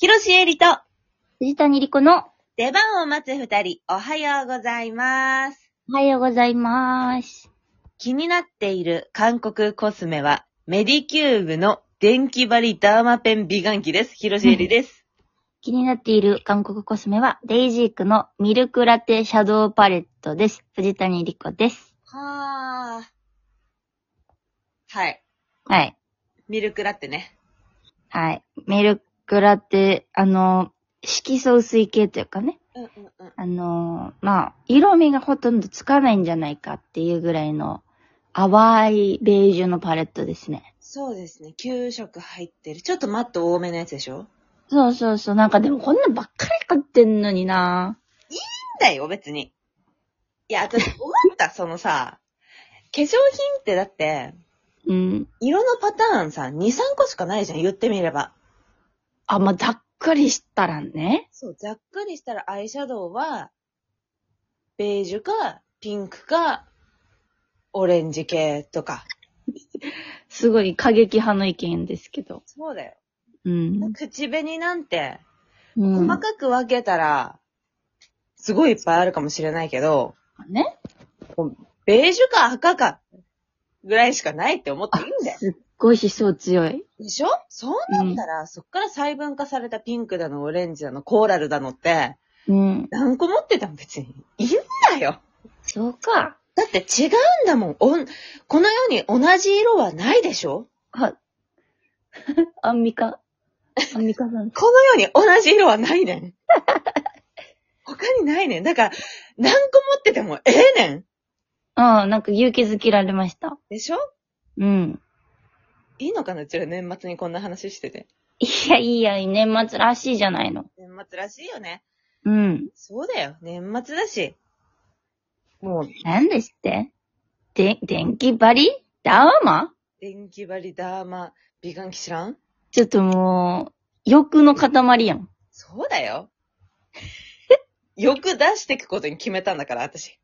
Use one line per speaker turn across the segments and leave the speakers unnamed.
広ロシエリと
藤谷莉子の
出番を待つ二人、おはようございます。
おはようございます。
気になっている韓国コスメは、メディキューブの電気バリダーマペン美顔器です。広ロシエリです。
気になっている韓国コスメはデイジークのミルクラテシャドウパレットです。藤谷莉子です。
はあ。はい。
はい。
ミルクラってね。
はい。ミルクラテ、あの、色素薄い系というかね。
うんうんうん。
あの、まあ、色味がほとんどつかないんじゃないかっていうぐらいの淡いベージュのパレットですね。
そうですね。給食入ってる。ちょっとマット多めのやつでしょ
そうそうそう。なんかでもこんなんばっかり買ってんのにな
だよ、別に。いや、私思った、 そのさ、化粧品ってだって、
うん。
色のパターンさ、2、3個しかないじゃん、言ってみれば。
あ、まあ、ざっくりしたらね。
そう、ざっくりしたらアイシャドウは、ベージュか、ピンクか、オレンジ系とか。
すごい過激派の意見ですけど。
そうだよ。
うん。
口紅なんて、
うん
細かく分けたら、すごいいっぱいあるかもしれないけど、
ね。
ベージュか赤か、ぐらいしかないって思っていいんだよ。
すっごい思想強い。
でしょそうなったら、そっから細分化されたピンクだの、オレンジだの、コーラルだのって、
うん。
何個持ってたの別に。いいんだよ。
そうか。
だって違うんだもん。おんこの世に同じ色はないでしょ
は、 アンミカ、アンミカさ ん。
この世に同じ色はないねん。 他にないねん。だから、何個持っててもええねん。
ああ、なんか勇気づけられました。
でしょ
うん。
いいのかなうちら年末にこんな話してて。
いやいや、年末らしいじゃないの。
年末らしいよね。
うん。
そうだよ。年末だし。もう、
なんですってで、電気バリダーマ
電気バリダーマ、美顔器知らん
ちょっともう、欲の塊やん。
そうだよ。 よく出していくことに決めたんだから、私。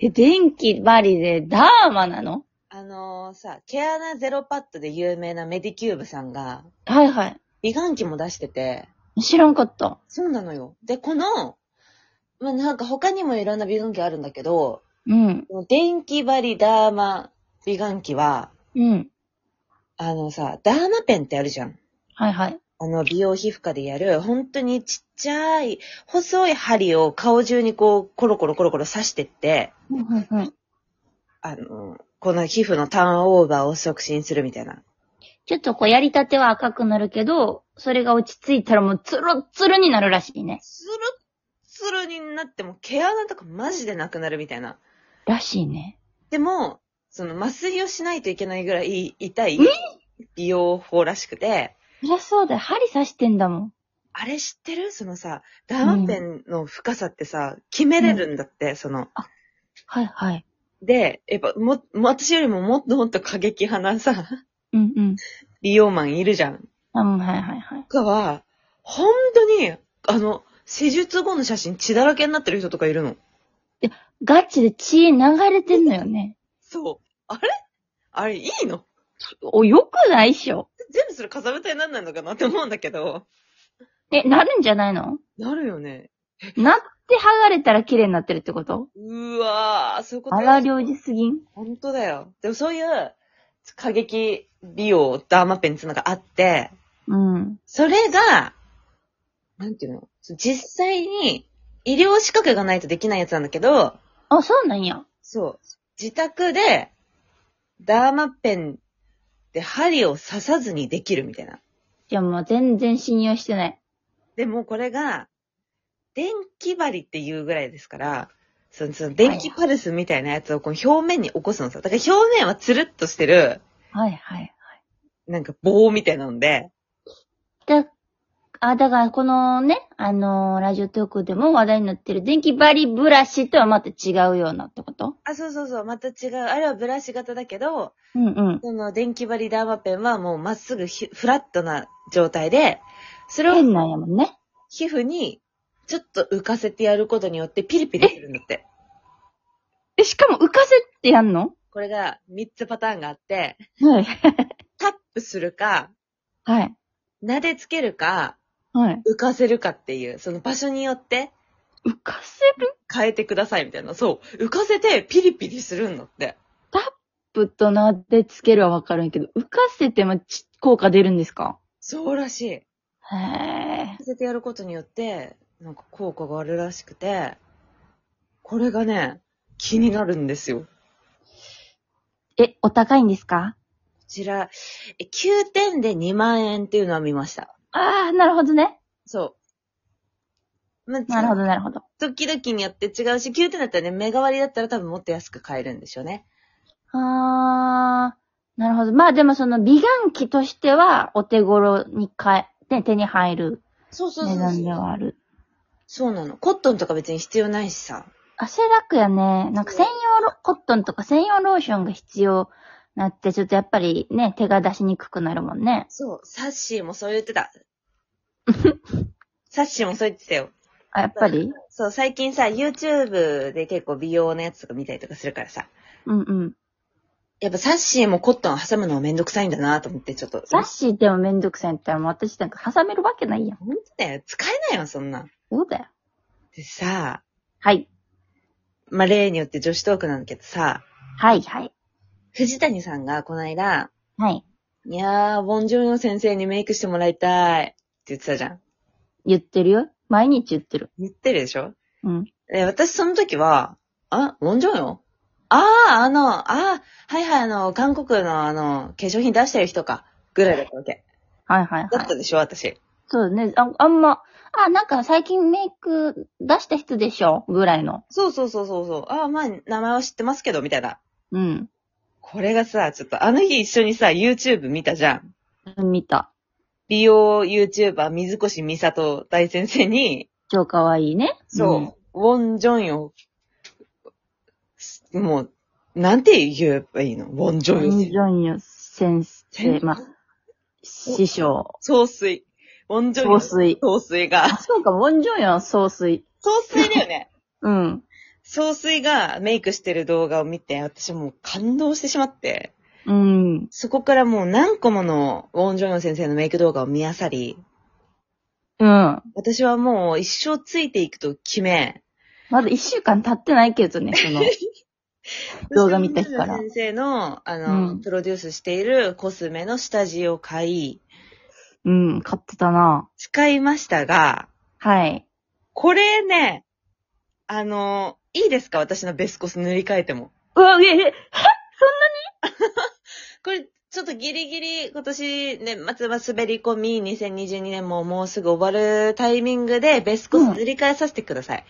え、電気バリでダーマなの
あのーさ、毛穴ゼロパッドで有名なメディキューブさんが、
はいは
美顔器も出してて、
い。知らんかった。
そうなのよ。で、この、まあ、なんか他にもいろんな美顔器あるんだけど、
うん。
この電気バリダーマ美顔器は、
うん。
あのさ、ダーマペンってあるじゃん。
はいはい。
あの、美容皮膚科でやる、本当にちっちゃい、細い針を顔中にこう、コロコロコロコロ刺してって、
うんうんうん
あの、この皮膚のターンオーバーを促進するみたいな。
ちょっとこうやりたては赤くなるけど、それが落ち着いたらもうツルッツルになるらしいね。
ツルッツルになっても毛穴とかマジでなくなるみたいな。
らしいね。
でも、その麻酔をしないといけないぐらい痛い美容法らしくて、
そりゃそうだよ。針刺してんだもん。
あれ知ってるそのさ、ダウンペンの深さってさ、決めれるんだって、その。
はいはい。で、
で、やっぱも、も私よりももっともっと過激派なさ、
うんうん。
美容マンいるじゃん。
あうん、はいはいはい。
とかは、本当に、あの、施術後の写真血だらけになってる人とかいるの。
ガチで血流れてんのよね。
そう。あれあれ、いいの
お、よくないっしょ。
全部それ風たになんないのかなって思うんだけど。
え、なるんじゃないの
なるよね。
なって剥がれたら綺麗になってるってこと
うわぁ、そういうこと
あら、領事すぎん。
本当だよ。でもそういう、過激美容、ダーマペンっていうのがあって、
うん。
それが、なんていうの実際に、医療資格がないとできないやつなんだけど、
あ、そうなんや。
そう。自宅で、ダーマペンで針を刺さずにできるみたいな。
じゃあもう全然信用してない。
でもこれが、電気針っていうぐらいですから、その、その電気パルスみたいなやつをこの表面に起こすのさ。だから表面はつるっとしてる、
はいはい。
なんか棒みたいなので、
だ、あ、だからこのね、あのーラジオトークでも話題になってる電気バリブラシとはまた違うようなってこと
あ、そうそうそう、また違う。あれはブラシ型だけど、
うんうん。
その電気針ダーマペンはもうまっすぐひフラットな状態で、それを
変なんやもんね。
皮膚にちょっと浮かせてやることによってピリピリするんだって。
え、しかも浮かせってやんの
これが3つパターンがあって、
はい。
タップするか、
はい。
撫でつけるか、
うはい。
浮かせるかっていう、その場所によって
浮かせる
変えてくださいみたいな。そう。浮かせてピリピリするんだって。
プッとなでつけるはわかるんやけど、浮かせてもち効果出るんですか
そうらしい。
へえ。
浮かせてやることによって、なんか効果があるらしくて、これがね、気になるんですよ。こ
え、お高いんですか
ちら、え9点で2万円っていうのは見ました。
ああ、なるほどね。
そう。まあ、
なるほど、なるほど。
時々によって違うし、9点だったらね、目代わりだったら多分もっと安く買えるんでしょうね。
あー、なるほど。まあでもその美顔器としてはお手頃に買え、ね、手に入る
そうそうそ
値
う
段で
そう。
はある。
そうなの。コットンとか別に必要ないしさ。
汗楽やね。なんか専用ロコットンとか専用ローションが必要なって、ちょっとやっぱりね、手が出しにくくなるもんね。
そう、サッシーもそう言って た。サッシーもそう言ってたよ。
あ、やっぱり
そう、最近さ、YouTube で結構美容のやつとか見たりとかするからさ。
うんうん。
やっぱサッシーもコットン挟むのはめんどくさいんだなと思って、ちょっと。
サッシーでもめんどくさいんやったらもう私なんか挟めるわけないやん。
ほんとだよ。使えないわ、そんなん。
そうだよ。
でさ、
はい。
まあ、例によって女子トークなんだけどさ、
はい、はい。
藤谷さんがこの間、
はい。
いやー、ボンジョルの先生にメイクしてもらいたいって言ってたじゃん。
言ってるよ。毎日言ってる。
言ってるでしょ
うん。
で、私その時は、あ、ボンジョルよああ、あの、ああ、はいはい、あの、韓国のあの、化粧品出してる人か、ぐらいだったわけ。
はい、はい、はい
だっ。たでしょ、私。
そうね。ああんま、あ、なんか最近メイク出した人でしょぐらいの。
そうそうそうそうそう。ああ、まあ、名前は知ってますけど、みたいな。
うん。
これがさ、ちょっとあの日一緒にさ、YouTube 見たじゃん。
見た。
美容 YouTuber 水越美里大先生に、
超かわいいね。ん
そう、ウォン・ジョンヨ、もう、なんて言えばいいのウォン・ジョ
キム・
ン
ジ
ヨ。
ョンヨ先生
先、生
まあ、師匠、
総帥。ウォン・ジョンヨ。
総帥。
総帥が。
あ、そうか、ウォン・ジョンヨは総帥。
総帥だよね。
うん。
総帥がメイクしてる動画を見て、私もう感動してしまって、
うん。
そこからもう何個ものウォン・ジョンヨ先生のメイク動画を見あさり、
うん。
私はもう一生ついていくと決め、
まだ一週間経ってないけどね、 その。動画見た日から
ウォンジョンヨ先生の、あの、
うん
プロデュースしているコスメの下地を買い、
うん、買ってたな。
使いましたが、
はい。
これね、あの、いいですか私のベスコス塗り替えても。
うわ、え、え、
これ、ちょっとギリギリ、今年ね、末は滑り込み、2022年ももうすぐ終わるタイミングで、ベスコス塗り替えさせてください。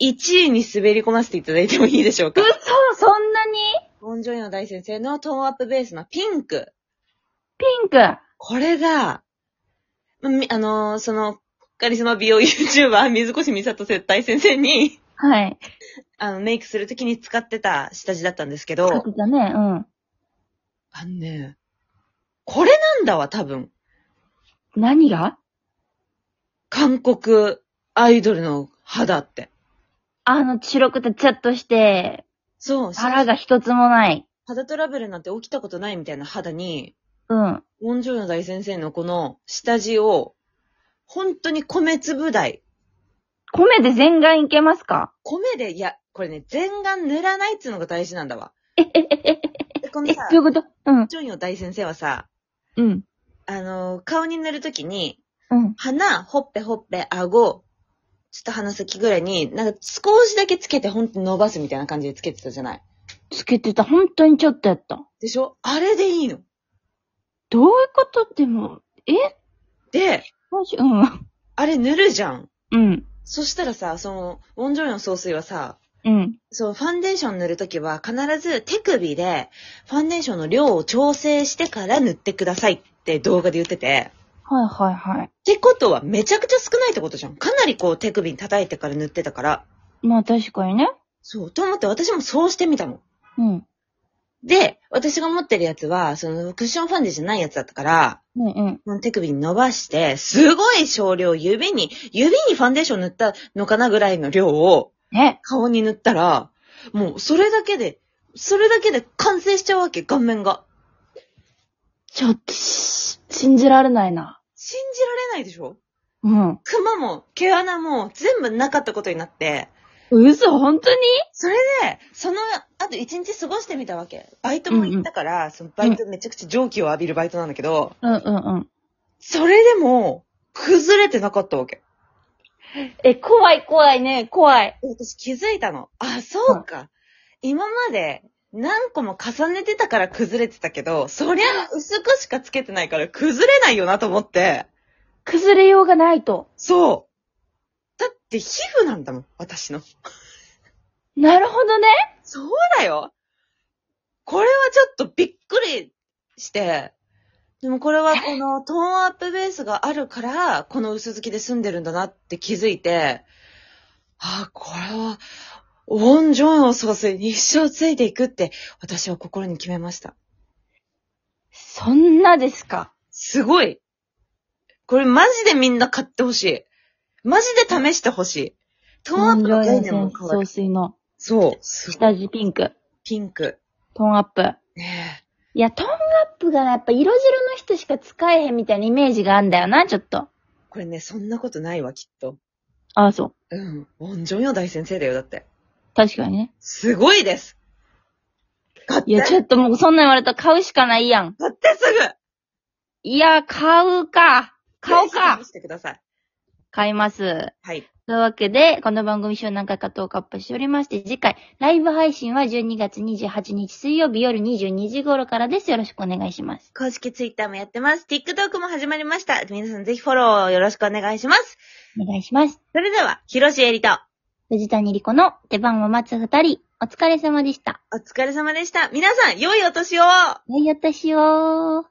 え、
1位に滑り込ませていただいてもいいでしょうか
嘘、そんなに
ボンジョイの大先生のトーンアップベースのピンク。
ピンク
これが、みあの、その、カリスマ美容 YouTuber、水越美里接待先生に、
はい。
あの、メイクするときに使ってた下地だったんですけ
買
ど
っ、てたね、うん。
あのね、これなんだわ、多分。
何が
韓国アイドルの肌って。
あの、白くてチャッとして、
そう、
腹が一つもない。
肌トラブルなんて起きたことないみたいな肌に、
うん。
ウォンジョイの大先生のこの下地を、本当に米粒大。
米で全顔いけますか
米で、いや、これね、全顔塗らないっていうのが大事なんだわ。
え、え、え、え、
でこの
え、
さ
どうい、うことうん、
ジョンヨ大先生はさ、
うん、
あの、顔に塗るときに、
うん。
鼻、ほっぺほっぺ、顎、ちょっと鼻先ぐらいに、なんか少しだけつけてほんと伸ばすみたいな感じでつけてたじゃない
つけてた。本当にちょっとやった。
でしょあれでいいの。
どういうことでも、え
で、
もし、うん、
あれ塗るじゃん。
うん、
そしたらさ、その、ウォンジョンヨン総帥はさ、
うん。
そう、ファンデーション塗るときは必ず手首で、ファンデーションの量を調整してから塗ってくださいって動画で言ってて。
はいはいはい。
ってことはめちゃくちゃ少ないってことじゃん。かなりこう手首に叩いてから塗ってたから。
まあ確かにね。
そう、と思って私もそうしてみたの。
うん。
で、私が持ってるやつは、そのクッションファンデじゃないやつだったから、
うんうん。
この手首に伸ばして、すごい少量、指に、指にファンデーション塗ったのかなぐらいの量を
え、
顔に塗ったら、もうそれだけで、それだけで完成しちゃうわけ、顔面が。
ちょっとし、信じられないな。
信じられないでしょ
うん。
クマも毛穴も全部なかったことになって、
嘘、本当に
それで、その後一日過ごしてみたわけ。バイトも行ったから、そのバイトめちゃくちゃ蒸気を浴びるバイトなんだけど、
うんうんうん。
それでも、崩れてなかったわけ。
え、怖い怖いね、怖い。
私気づいたの。あ、そうか。今まで何個も重ねてたから崩れてたけど、そりゃ薄くしかつけてないから崩れないよなと思って。
崩れようがないと。
そう。だって皮膚なんだもん、私の。
なるほどね。
そうだよ。これはちょっとびっくりして、でもこれはこのトーンアップベースがあるから、この薄付きで済んでるんだなって気づいて、ああ、これは、ウォン・ジョンを創生に一生ついていくって、私は心に決めました。
そんなですか。
すごい。これマジでみんな買ってほしい。マジで試してほしい。トーンアップの概念も変わ
総
る。
水の
そう。すごい。
下地ピンク、
ピンク。
トーンアップ。
ね
いや、トーンアップがやっぱ色白の人しか使えへんみたいなイメージがあんだよな、ちょっと。
え。これね、そんなことないわ、きっと。
ああ、そう。
うん。オンジョンヨ大先生だよ、だって。
確かにね。
すごいです買って
いや、ちょっともうそんなん言われたら買うしかないやん。
買ってすぐ
いや、買うか。買おう
ぜ
か
ひ。試してください。
買います。
はい。
というわけで、この番組週何回かトークアップしておりまして、次回、ライブ配信は12月28日水曜日夜22時頃からです。よろしくお願いします。
公式ツイッターもやってます。TikTok も始まりました。皆さんぜひフォローよろしくお願いします。
お願いします。
それでは、広しえりと、
藤谷莉子の出番を待つ二人、お疲れ様でした。
お疲れ様でした。皆さん、良いお年を
はい、私を。